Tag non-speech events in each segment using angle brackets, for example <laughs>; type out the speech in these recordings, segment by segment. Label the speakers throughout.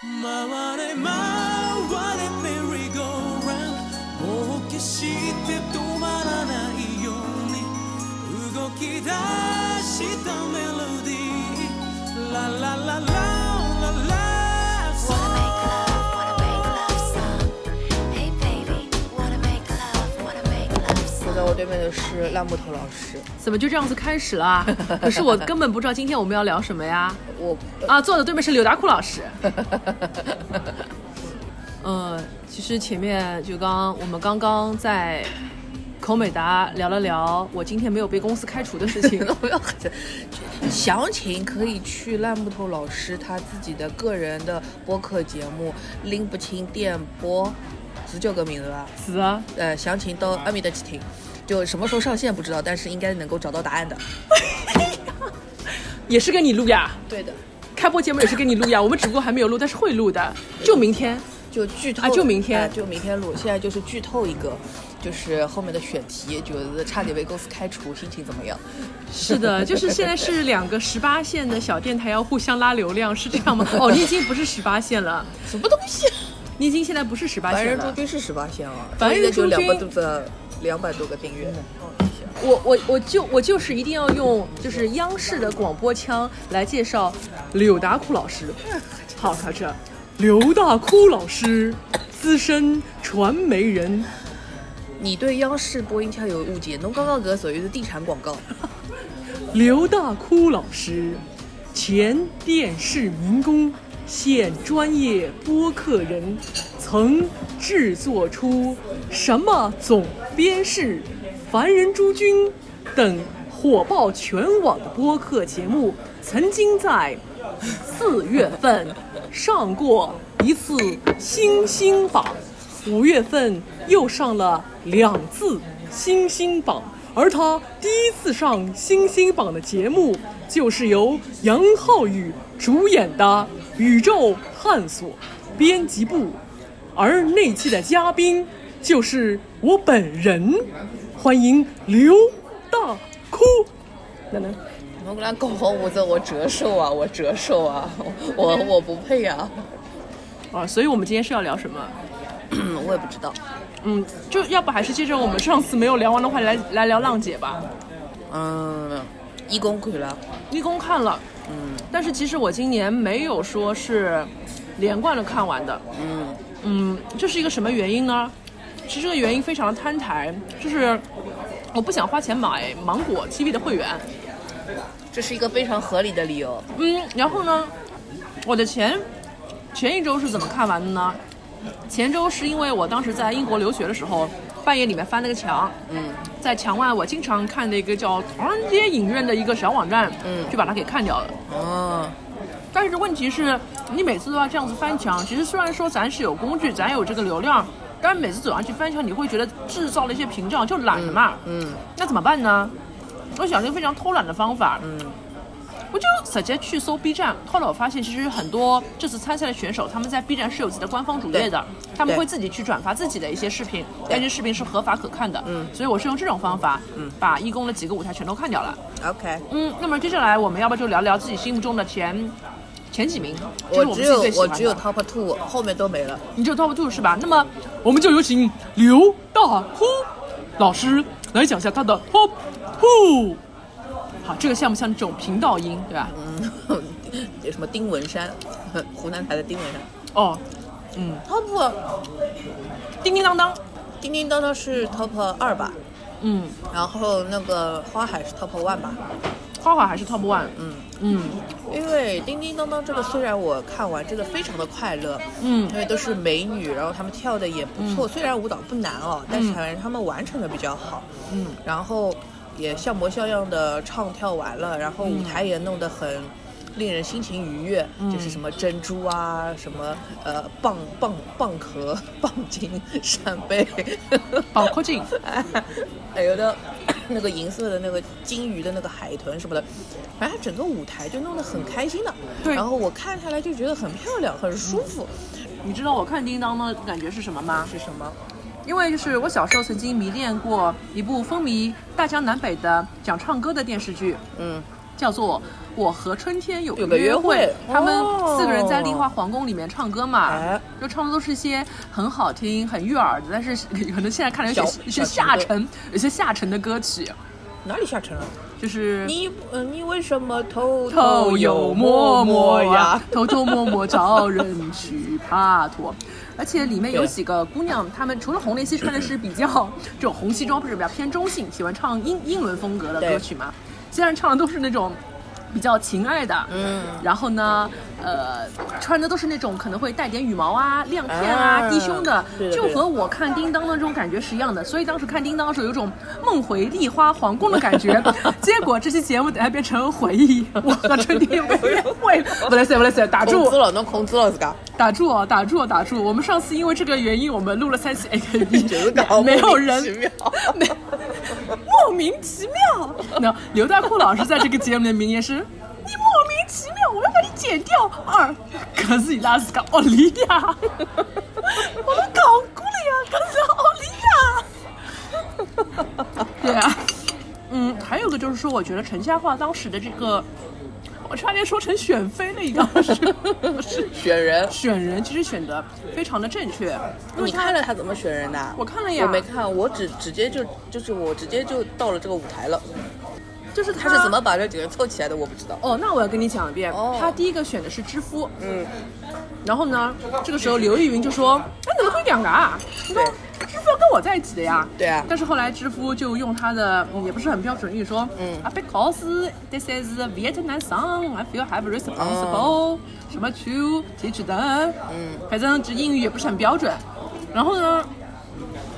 Speaker 1: 回れ回れメリーゴーランドもう決して止まらないように動き出したメロディーララララララ
Speaker 2: Wanna make love, wanna make love song. Hey baby, wanna make love, wanna make love
Speaker 3: 坐
Speaker 2: song.
Speaker 3: 在我对面的是烂木头老师，
Speaker 4: 怎么就这样子开始了啊？可是我根本不知道今天我们要聊什么呀！
Speaker 3: 我
Speaker 4: 啊，坐的对面是柳达库老师。呃，其实前面就刚我们刚刚在口美达聊了聊我今天没有被公司开除的事情。
Speaker 3: 不要很详情可以去烂木头老师他自己的个人的播客节目《拎不清电波》，是叫个名字吧？
Speaker 4: 子啊，
Speaker 3: 呃，详情到阿米的去听。就什么时候上线不知道，但是应该能够找到答案的。
Speaker 4: 也是跟你录呀，
Speaker 3: 对的，
Speaker 4: 开播节目也是跟你录呀，我们只不过还没有录，但是会录的，就明天。
Speaker 3: 就剧透
Speaker 4: 啊就明天
Speaker 3: 啊就明天录。现在就是剧透一个，就是后面的选题，就是差点被公司开除，心情怎么样？
Speaker 4: 是 <laughs> 的，就是现在是两个十八线的小电台要互相拉流量，是这 <laughs> 样吗？哦，你已经不是十八线了，
Speaker 3: 什么东西？
Speaker 4: 你已经现在不是十八
Speaker 3: 凡
Speaker 4: 线
Speaker 3: 人驻
Speaker 4: 了。
Speaker 3: 军是十八线啊，
Speaker 4: 凡人
Speaker 3: 就
Speaker 4: 驻
Speaker 3: 两百
Speaker 4: 军
Speaker 3: 多
Speaker 4: 嗯
Speaker 3: 个两百多个订阅。
Speaker 4: 我我我就我就是一定要用就是央视的广播腔来介绍柳达库老师。好，他这刘大库老师，资深传媒人。
Speaker 3: 你对央视播音腔有误解，侬刚刚搿属于是地产广告。
Speaker 4: 刘大窟老师，前电视民工，现专业播客人，曾制作出《什么总编室》《凡人诸君》等火爆全网的播客节目，曾经在四月份上过一次星星榜，五月份又上了两次星星榜，而他第一次上星星榜的节目就是由杨浩宇主演的《宇宙探索》，编辑部，而那期的嘉宾就是我本人，欢迎刘大哭。奶奶，
Speaker 3: 侬搿能讲我这我折寿啊，我折寿啊，我 <laughs> 我不配
Speaker 4: <coughs>
Speaker 3: 啊。
Speaker 4: 啊，所以我们今天是要聊什么？
Speaker 3: 嗯，我也不知道。
Speaker 4: 嗯，就要不还是接着我们上次没有聊完的话题来来聊浪姐吧。
Speaker 3: 嗯，义工看了，
Speaker 4: 立功看了，嗯，但是其实我今年没有说是连贯的看完的，嗯嗯，这是一个什么原因呢？其实这个原因非常的摊台，就是我不想花钱买芒果 TV 的会员，
Speaker 3: 这是一个非常合理的理由。
Speaker 4: 嗯，然后呢，我的前前一周是怎么看完的呢？前周是因为我当时在英国留学的时候，半夜里面翻那个墙，嗯，在墙外我经常看的一个叫唐人街影院的一个小网站，嗯，就把它给看掉了。
Speaker 3: 嗯，
Speaker 4: 但是问题是，你每次都要这样子翻墙，其实虽然说咱是有工具，咱有这个流量，但是每次走上去翻墙，你会觉得制造了一些屏障，就懒了嘛。
Speaker 3: 嗯，
Speaker 4: 那怎么办呢？我想了一个非常偷懒的方法，嗯，我就直接去搜 B 站。后来我发现，其实很多这次参赛的选手，他们在 B 站是有自己的官方主页的，他们
Speaker 3: 对
Speaker 4: 会自己去转发自己的一些视频，
Speaker 3: 对
Speaker 4: 但是视频是合法可看的，嗯，所以我是用这种方法，嗯，把义工的几个舞台全都看掉了。
Speaker 3: OK，
Speaker 4: 嗯，那么接下来我们要不就聊聊自己心目中的前前几名，就
Speaker 3: 我
Speaker 4: 是我们
Speaker 3: 只
Speaker 4: 自己
Speaker 3: 有
Speaker 4: 最喜
Speaker 3: 我
Speaker 4: 欢的。
Speaker 3: 只有 Top Two，后面都没了。
Speaker 4: 你只有 top two 是吧？那么我们就有请刘大呼老师来讲一下他的 top two。好，这个像不像这种频道音，对吧？
Speaker 3: 嗯， <laughs> 有什么丁文山， <laughs> 湖南台的丁文山
Speaker 4: 哦，
Speaker 3: ，Top
Speaker 4: 叮叮当当，
Speaker 3: 叮叮当当是 Top 二吧，
Speaker 4: 嗯，
Speaker 3: 然后那个花海是 Top One 吧。
Speaker 4: 花花还是 top one，嗯嗯
Speaker 3: 因为《叮叮当当》这个虽然我看完真的非常的快乐，
Speaker 4: 嗯
Speaker 3: 因为都是美女，然后她们跳的也不错，虽然舞蹈不难哦，但是反正她们完成的比较好，
Speaker 4: 嗯，
Speaker 3: 然后也像模像样的唱跳完了，然后舞台也弄得很。令人心情愉悦，就是什么珍珠啊，什么呃蚌蚌蚌壳、 <laughs> 蚌精、扇贝，
Speaker 4: 宝科镜，
Speaker 3: 哎，有的那个银色的那个金鱼的那个海豚什么的，反正它整个舞台就弄得很开心的。
Speaker 4: 对
Speaker 3: 然后我看下来就觉得很漂亮，很舒服。
Speaker 4: 你知道我看叮当的感觉是什么吗？
Speaker 3: 是什么？
Speaker 4: 因为就是我小时候曾经迷恋过一部风靡大江南北的讲唱歌的电视剧，
Speaker 3: 嗯，
Speaker 4: 叫做《我和春天有
Speaker 3: 有个约会
Speaker 4: 会》，他们
Speaker 3: 哦
Speaker 4: 四个人在丽花皇宫里面唱歌嘛，
Speaker 3: 哎
Speaker 4: 就唱的都是一些很好听、很悦耳的，但是 <laughs> 可能现在看来有
Speaker 3: 小
Speaker 4: 些有些
Speaker 3: 小情歌
Speaker 4: 下沉、有些下沉的歌曲，
Speaker 3: 哪里下沉了？啊
Speaker 4: 就是
Speaker 3: 你呃，你为什么偷又
Speaker 4: 偷有摸摸
Speaker 3: <laughs>
Speaker 4: 呀
Speaker 3: 呀？，
Speaker 4: 偷偷摸摸找人去帕托。而且里面有
Speaker 3: 对
Speaker 4: 几个姑娘，她们除了红蕾西穿的是比较这种红西装，不是比较偏中性，喜欢唱英英伦风格的
Speaker 3: 对
Speaker 4: 歌曲嘛？虽然唱的都是那种比较情爱的，嗯，然后呢，呃，穿的都是那种可能会带点羽毛啊、亮片啊、
Speaker 3: 啊
Speaker 4: 低胸的
Speaker 3: 对，的
Speaker 4: 就
Speaker 3: 对的
Speaker 4: 和我看叮当的这种感觉是一样的。所以当时看叮当的时候，有种梦回丽花皇宫的感觉。结果这期节目等下变成回忆，我和春天有个约会。不能塞，不能塞，打
Speaker 3: 控
Speaker 4: 住
Speaker 3: 制，了，能控制了自噶。
Speaker 4: 打住啊，打住啊，打住！我们上次因为这个原因，我们录了三期 AKB，
Speaker 3: 搞
Speaker 4: 没有
Speaker 3: 莫名
Speaker 4: 人
Speaker 3: 其妙，
Speaker 4: <laughs> 没莫名其妙。那刘大库老师在这个节目的名言是：“你莫名其妙，我要把你剪掉。”二，可是你拉斯卡奥利亚， <laughs> 我们搞过了呀，可是奥利亚。 <laughs> 对啊，嗯，还有个就是说，我觉得陈嘉桦当时的这个，我差点说成选妃了，一个 <laughs> 是是
Speaker 3: 选人，
Speaker 4: 选人其实选的非常的正确，因为
Speaker 3: 你
Speaker 4: 他
Speaker 3: 看了他怎么选人的？啊
Speaker 4: 我看了呀，
Speaker 3: 我没看，我只直接就就是我直接就到了这个舞台了。
Speaker 4: 就是
Speaker 3: 他
Speaker 4: 他
Speaker 3: 是怎么把这几个人凑起来的，我不知道。
Speaker 4: 哦，那我要跟你讲一遍，
Speaker 3: 哦
Speaker 4: 他第一个选的是知夫，嗯，然后呢，这个时候刘玉云就说，他怎么会两个啊？你说知夫要跟我在一起的呀？
Speaker 3: 对啊
Speaker 4: 但是后来知夫就用他的嗯也不是很标准的语说，嗯啊，because this is a Vietnam song, I feel have
Speaker 3: 哦
Speaker 4: responsible，、什么 to 提取的，嗯，反正这英语也不是很标准，然后呢。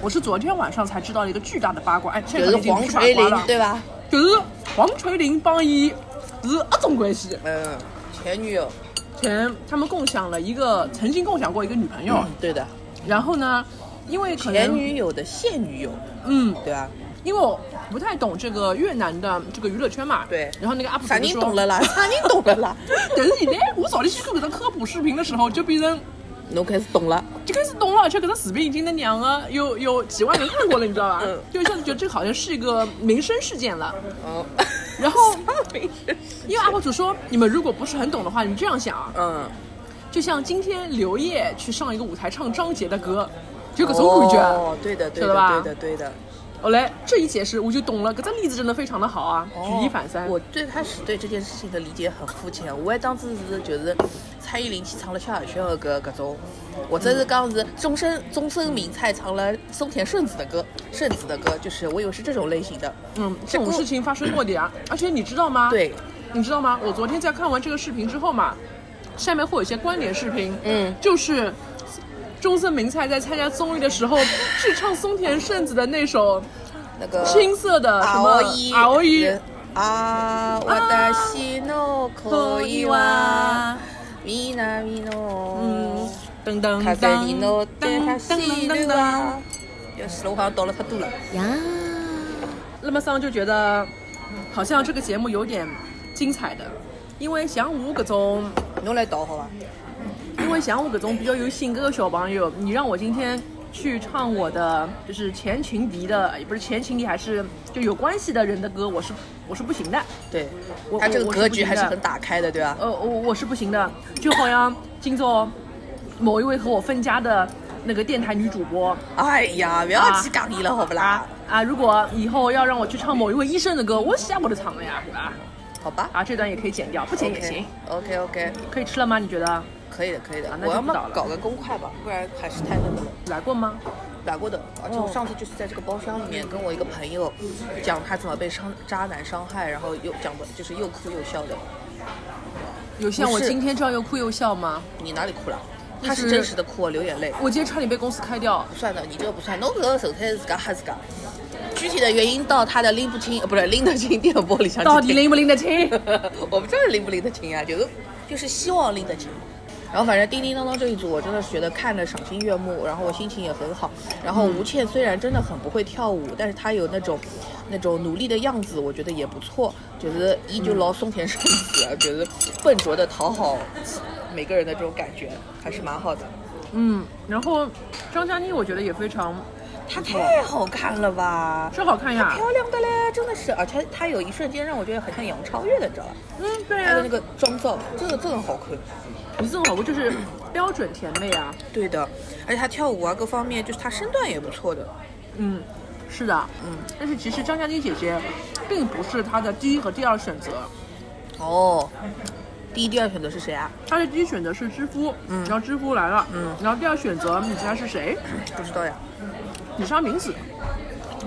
Speaker 4: 我是昨天晚上才知道了一个巨大的八卦，哎，现
Speaker 3: 就
Speaker 4: 在
Speaker 3: 是
Speaker 4: 已经不
Speaker 3: 黄
Speaker 4: 是八
Speaker 3: 垂
Speaker 4: 卦了
Speaker 3: 玲，对吧？
Speaker 4: 就是黄垂玲帮伊是一种关系，
Speaker 3: 嗯，前女友，
Speaker 4: 前他们共享了一个曾经共享过一个女朋友，
Speaker 3: 嗯，对的，
Speaker 4: 然后呢，因为可
Speaker 3: 前
Speaker 4: 能
Speaker 3: 女友的现女友，
Speaker 4: 嗯，
Speaker 3: 对吧？
Speaker 4: 因为我不太懂这个越南的这个娱乐圈嘛，
Speaker 3: 对
Speaker 4: 然后那个 UP
Speaker 3: 啥
Speaker 4: 主就
Speaker 3: 人
Speaker 4: 说
Speaker 3: 懂了啦？啥人懂了啦？
Speaker 4: <laughs> 但是现在我早里去看搿种科普视频的时候，就变成
Speaker 3: 侬开始懂了，
Speaker 4: 就开始懂了，而且搿个视频已经能两个啊有有几万人看过了，你知道吧？
Speaker 3: 嗯
Speaker 4: 就一下子觉得这好像是一个民生事件了。 <laughs>
Speaker 3: 嗯，
Speaker 4: 然后
Speaker 3: 没事
Speaker 4: 因为 UP 主说，你们如果不是很懂的话，你们这样想啊，
Speaker 3: 嗯，
Speaker 4: 就像今天刘烨去上一个舞台唱张杰的歌，就搿种感觉。
Speaker 3: 哦，对的，对
Speaker 4: 晓得啊吧
Speaker 3: 的，对的，对的。
Speaker 4: 后来这一解释我就懂了，搿只例子真的非常的好啊，举一反三。
Speaker 3: 哦我最开始对这件事情的理解很肤浅，我还当时是就是蔡依林去唱了萧亚轩的歌搿种，或者是讲
Speaker 4: 嗯
Speaker 3: 是终身终身名菜唱了松田顺子的歌，顺子的歌就是我以为是这种类型的。
Speaker 4: 嗯，这种事情发生过的
Speaker 3: <clears throat>
Speaker 4: 呀，而且你知道吗？，
Speaker 3: 对，
Speaker 4: 你知道吗？我昨天在看完这个视频之后嘛，下面会有一些关联视频，
Speaker 3: 嗯，
Speaker 4: 就是中森明菜在参加综艺的时候去唱松田圣子的那首
Speaker 3: 那个
Speaker 4: 青涩的什么
Speaker 3: 一
Speaker 4: 啊哦一。
Speaker 3: 啊，我的西诺可以哇，米娜米
Speaker 4: 嗯
Speaker 3: 诺，，
Speaker 4: 噔噔
Speaker 3: 卡
Speaker 4: 噔
Speaker 3: 塞尼诺对卡
Speaker 4: 噔
Speaker 3: 西
Speaker 4: 噔噔
Speaker 3: 诺
Speaker 4: 噔
Speaker 3: 哇。。要死了，我好像懂了太多了。
Speaker 4: 那么桑就觉得，好像这个节目有点精彩的，因为像我搿种，
Speaker 3: 侬来倒好吧？
Speaker 4: 因为像我搿种比较有性格的小朋友，你让我今天去唱我的就是前情敌的，也不是前情敌，还是就有关系的人的歌，我是我是不行的，
Speaker 3: 对
Speaker 4: 我，
Speaker 3: 他这个
Speaker 4: 我
Speaker 3: 格局
Speaker 4: 我是不行的
Speaker 3: 还是很打开的，对吧？
Speaker 4: 呃，我我是不行的，就好像今朝某一位和我分家的那个电台女主播，
Speaker 3: 哎呀，不要去讲伊了，好不啦
Speaker 4: 啊？啊！如果以后要让我去唱某一位医生的歌，我下我的场了呀，啊
Speaker 3: 好吧
Speaker 4: 啊！这段也可以剪掉，不剪也行。
Speaker 3: OK OK，
Speaker 4: 可以吃了吗？你觉得
Speaker 3: 可以的，可以的
Speaker 4: 啊。那就
Speaker 3: 我要
Speaker 4: 不倒
Speaker 3: 么
Speaker 4: 了
Speaker 3: 搞个公筷吧，不然还是太那个了。
Speaker 4: 来过吗？
Speaker 3: 来过的，而且我
Speaker 4: 哦
Speaker 3: 上次就是在这个包厢里面跟我一个朋友讲他怎么被伤渣男伤害，然后又讲的就是又哭又笑的。
Speaker 4: 有像
Speaker 3: 不
Speaker 4: 我
Speaker 3: 是
Speaker 4: 今天这样又哭又笑吗？
Speaker 3: 你哪里哭了？
Speaker 4: 就是
Speaker 3: 他是真实的哭，流眼泪。
Speaker 4: 我今天差点被公司开掉。
Speaker 3: 不算的，你这个不算，侬搿个首先是自家吓自家。具体的原因到他的拎不清，呃不是拎得清电波里向去听。
Speaker 4: <laughs> 到底拎不拎得 <laughs> 清？
Speaker 3: <laughs> 我不知道拎不拎得清啊，就是就是希望拎得清。然后反正叮叮当当这一组，我真的是觉得看着赏心悦目，然后我心情也很好。然后吴倩虽然真的很不会跳舞，但是她有那种那种努力的样子，我觉得也不错。就是依旧老松田圣子，啊，觉得笨拙的讨好每个人的这种感觉还是蛮好的。
Speaker 4: 嗯，然后张嘉倪我觉得也非常，
Speaker 3: 她太好看了吧？
Speaker 4: 是好看 <laughs> 呀。
Speaker 3: 漂亮的嘞，真的是，而且她有一瞬间让我觉得很像杨超越的，你知道吧？
Speaker 4: 嗯，对
Speaker 3: 她
Speaker 4: 呀、
Speaker 3: 的那个妆造，这个这个好看。
Speaker 4: 不是这种老婆就是标准甜妹啊。
Speaker 3: 对的，而且她跳舞啊，各方面就是她身段也不错的。
Speaker 4: 嗯，是的，嗯。但是其实张嘉倪姐姐并不是她的第一和第二选择，
Speaker 3: 哦，第一、第二选择是谁啊？
Speaker 4: 她的第一选择是知乎，
Speaker 3: 嗯
Speaker 4: 然后知乎来了，
Speaker 3: 嗯
Speaker 4: 然后第二选择你猜是谁？
Speaker 3: 不知道呀。
Speaker 4: 李莎明子，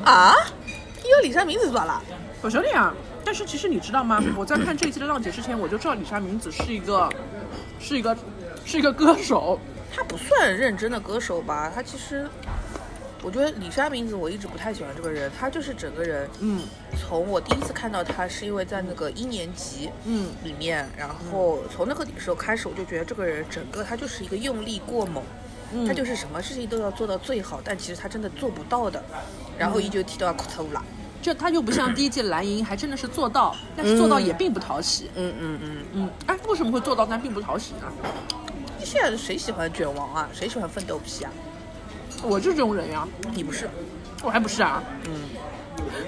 Speaker 3: 啊？要李莎名字算了。
Speaker 4: 我兄弟啊。但是其实你知道吗？我在看这一期的浪姐之前，我就知道李莎明子是一个，是一个，是一个歌手。
Speaker 3: 她不算认真的歌手吧？她其实，我觉得李莎名字我一直不太喜欢这个人，她就是整个人，
Speaker 4: 嗯
Speaker 3: 从我第一次看到她是因为在那个一年级，
Speaker 4: 嗯
Speaker 3: 里面，然后从那个时候开始，我就觉得这个人整个他就是一个用力过猛，
Speaker 4: 嗯，
Speaker 3: 他就是什么事情都要做到最好，但其实他真的做不到的。然后依旧提到库特乌拉，
Speaker 4: 就她就不像第一季蓝莹，还真的是做到，但是做到也并不讨喜。
Speaker 3: 嗯嗯嗯，
Speaker 4: 嗯，哎，为什么会做到但并不讨喜呢？
Speaker 3: 现在谁喜欢卷王啊？谁喜欢奋斗皮啊？
Speaker 4: 我就是这种人呀，
Speaker 3: 你不是？
Speaker 4: 我还不是啊，
Speaker 3: 嗯，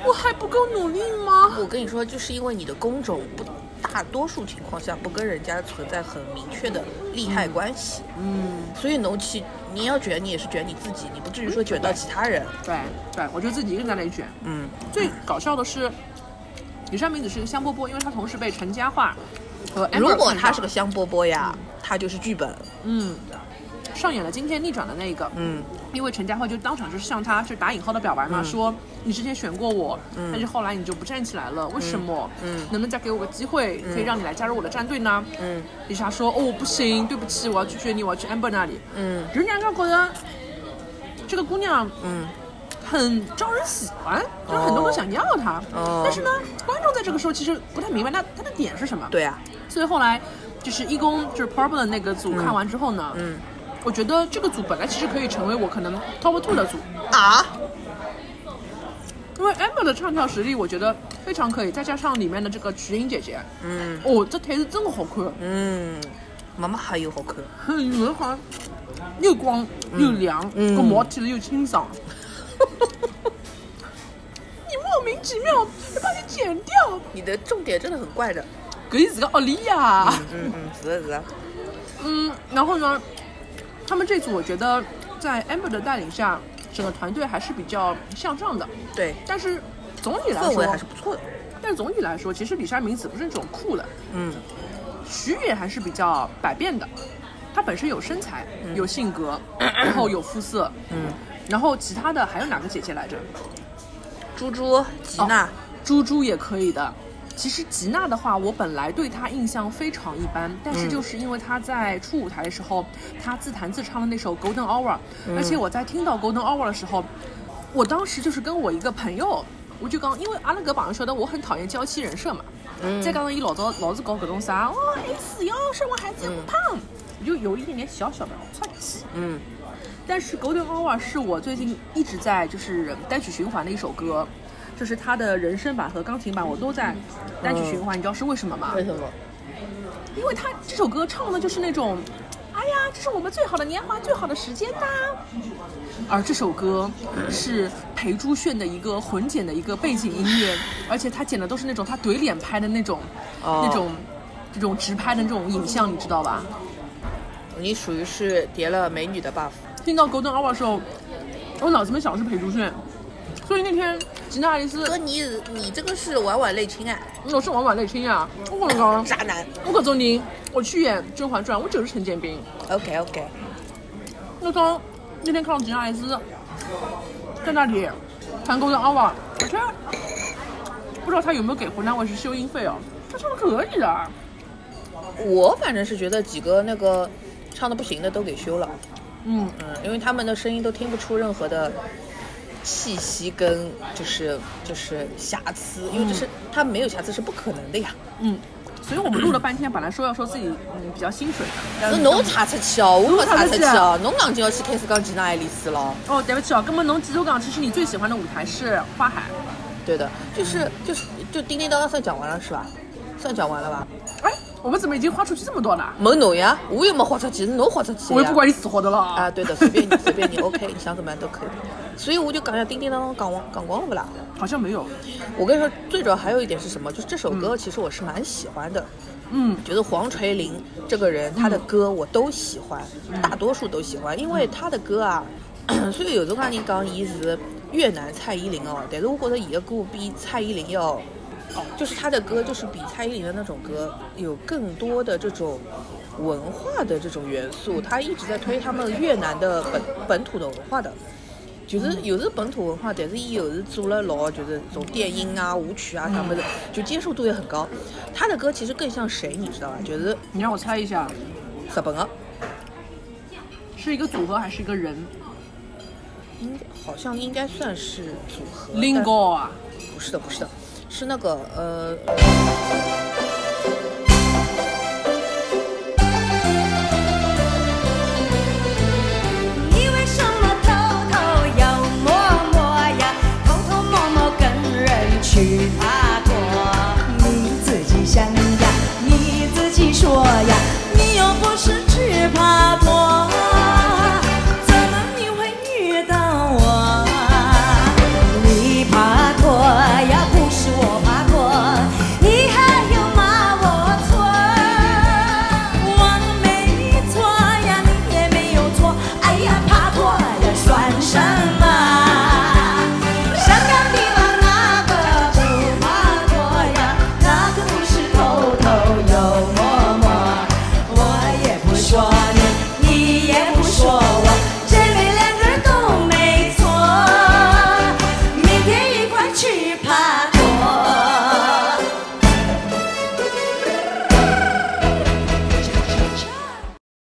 Speaker 4: 我还不够努力吗？
Speaker 3: 我跟你说，就是因为你的工种不大多数情况下不跟人家存在很明确的利害关系，
Speaker 4: 嗯，
Speaker 3: 所以农气你要卷，你也是卷你自己，你不至于说卷到其他人。
Speaker 4: 对对，我就自己一个人在那里卷。
Speaker 3: 嗯，
Speaker 4: 最搞笑的是，李善明子是一个香饽饽，因为她同时被陈嘉桦和 Amber
Speaker 3: 如果
Speaker 4: 看到
Speaker 3: 他是个香饽饽呀，他就是剧本。
Speaker 4: 嗯上演了今天逆转的那一个，
Speaker 3: 嗯。
Speaker 4: 因为陈嘉桦就当场就是向他就打引号的表白嘛，说你之前选过我，但是后来你就不站起来了，为什么？
Speaker 3: 嗯
Speaker 4: 能不能再给我个机会，可以让你来加入我的战队呢？
Speaker 3: 嗯
Speaker 4: 丽莎说：“哦，不行，对不起，我要拒绝你，我要去 Amber 那里。”
Speaker 3: 嗯
Speaker 4: 人家就觉得这个姑娘
Speaker 3: 嗯，
Speaker 4: 很招人喜欢，就是很多人想要她。
Speaker 3: 哦
Speaker 4: 但是呢，观众在这个时候其实不太明白她她的点是什么。，
Speaker 3: 对啊，
Speaker 4: 所以后来就是义工就是 Problem 那个组看完之后呢，
Speaker 3: 嗯
Speaker 4: 我觉得这个组本来其实可以成为我可能 Top Two 的组，
Speaker 3: 啊，
Speaker 4: 因为 Amber 的唱跳实力我觉得非常可以，再加上里面的这个瞿颖姐姐，
Speaker 3: 嗯
Speaker 4: 哦，这台子真的好看，
Speaker 3: 嗯，妈妈还有好看，
Speaker 4: 很圆滑，又光又凉，
Speaker 3: 嗯
Speaker 4: 个毛剃了又清爽。 <laughs> 你莫名其妙要把你剪掉，
Speaker 3: 你的重点真的很怪的。
Speaker 4: 搿是自个屋里呀。
Speaker 3: 嗯嗯，是的，是的。
Speaker 4: 嗯，然后呢，他们这组我觉得在 Amber 的带领下，整个团队还是比较向上的，
Speaker 3: 对，
Speaker 4: 但是。总体来
Speaker 3: 氛围
Speaker 4: 说
Speaker 3: 还是，不错的。
Speaker 4: 但总体来说，其实李莎明子不是那种酷的，
Speaker 3: 嗯
Speaker 4: 徐也还是比较百变的，她本身有身材，有性格，然后有肤色，
Speaker 3: 嗯，
Speaker 4: 然后其他的还有哪个姐姐来着？
Speaker 3: 猪猪、吉娜，
Speaker 4: 猪猪也可以的。其实吉娜的话，我本来对她印象非常一般，但是就是因为她在初舞台的时候，她自弹自唱的那首《Golden Hour》，而且我在听到《Golden Hour》的时候，我当时就是跟我一个朋友，我就讲，因为阿拉搿朋友晓得我很讨厌娇妻人设嘛，再加上伊老早老是搞搿种啥哦 S 哟，生完孩子又不胖，我就有一点点小小的窜气。
Speaker 3: 嗯
Speaker 4: 但是《Golden Hour》是我最近一直在就是单曲循环的一首歌，就是它的人声版和钢琴版我都在单曲循环。你知道是为什么吗？
Speaker 3: 什么？
Speaker 4: 因为它这首歌唱的就是那种，哎呀，这是我们最好的年华，最好的时间呐。而这首歌是裴珠炫的一个混剪的一个背景音乐，而且他剪的都是那种他怼脸拍的那种，
Speaker 3: 哦
Speaker 4: 那种这种直拍的那种影像，你知道吧？
Speaker 3: 你属于是叠了美女的 buff。
Speaker 4: 听到 Golden Hour 的时候，我脑子里面想的是裴珠炫，所以那天吉娜·爱丽
Speaker 3: <laughs>
Speaker 4: 丝，
Speaker 3: 哥，你你这个是晚晚泪青啊，
Speaker 4: 我是婉婉泪清啊，我跟你讲，
Speaker 3: 渣男。
Speaker 4: 我告诉你，我去演《甄嬛传》，我就是陈建斌。
Speaker 3: OK OK，
Speaker 4: 那刚那天看到吉娜·爱丽丝在那里弹 Golden Hour，我觉得不知道他有没有给湖南卫视修音费哦，他唱的可以的。
Speaker 3: 我反正是觉得几个那个唱的不行的都给修了，
Speaker 4: 嗯，
Speaker 3: 嗯，因为他们的声音都听不出任何的。气息跟就是就是瑕疵，因为这是他没有瑕疵是不可能的呀。
Speaker 4: 嗯，所以我们录了半天，本来说要说自己嗯比较心水的，但
Speaker 3: 是侬查出去哦，我没查出去
Speaker 4: 侬查
Speaker 3: 哦。侬硬劲要去开始讲吉娜爱丽丝了。
Speaker 4: 哦，对不起哦，根本侬记住讲，其实你最喜欢的舞台是花海。嗯
Speaker 3: 对的，就是就是就叮叮当当算讲完了是吧？算讲完了吧？
Speaker 4: 哎，我我们怎么已经花出去这么多了？
Speaker 3: 问侬呀，我又没花出去，是侬花出去
Speaker 4: 我也不
Speaker 3: 呀。
Speaker 4: 管你死活的了
Speaker 3: 啊，！对的，随便你，随便
Speaker 4: <laughs>
Speaker 3: 你，OK，你想哦怎么样都可以。所以我就讲呀，叮叮当当讲光讲光了不啦？
Speaker 4: 好像没有，
Speaker 3: 我跟你说，最主要还有一点是什么？就是这首歌其实我是蛮喜欢的，
Speaker 4: 嗯，
Speaker 3: 觉得黄垂玲这个人，他的歌我都喜欢，大多数都喜欢，因为他的歌啊，虽然有种讲人讲伊是越南蔡依林哦，但是我觉得伊的歌比蔡依林要。就是他的歌，就是比蔡依林的那种歌有更多的这种文化的这种元素。他一直在推他们越南的本本土的文化的，就是有是本土文化，但是伊有是做了老，就是从电音啊、舞曲啊啥么子，就接受度也很高。他的歌其实更像谁，你知道吧？就是
Speaker 4: 你让我猜一下，
Speaker 3: 日本啊的，
Speaker 4: 是一个组合还是一个人
Speaker 3: 应好像应该算是组合。但
Speaker 4: ？Lingo 啊，
Speaker 3: 不是的，不是的，是那个呃，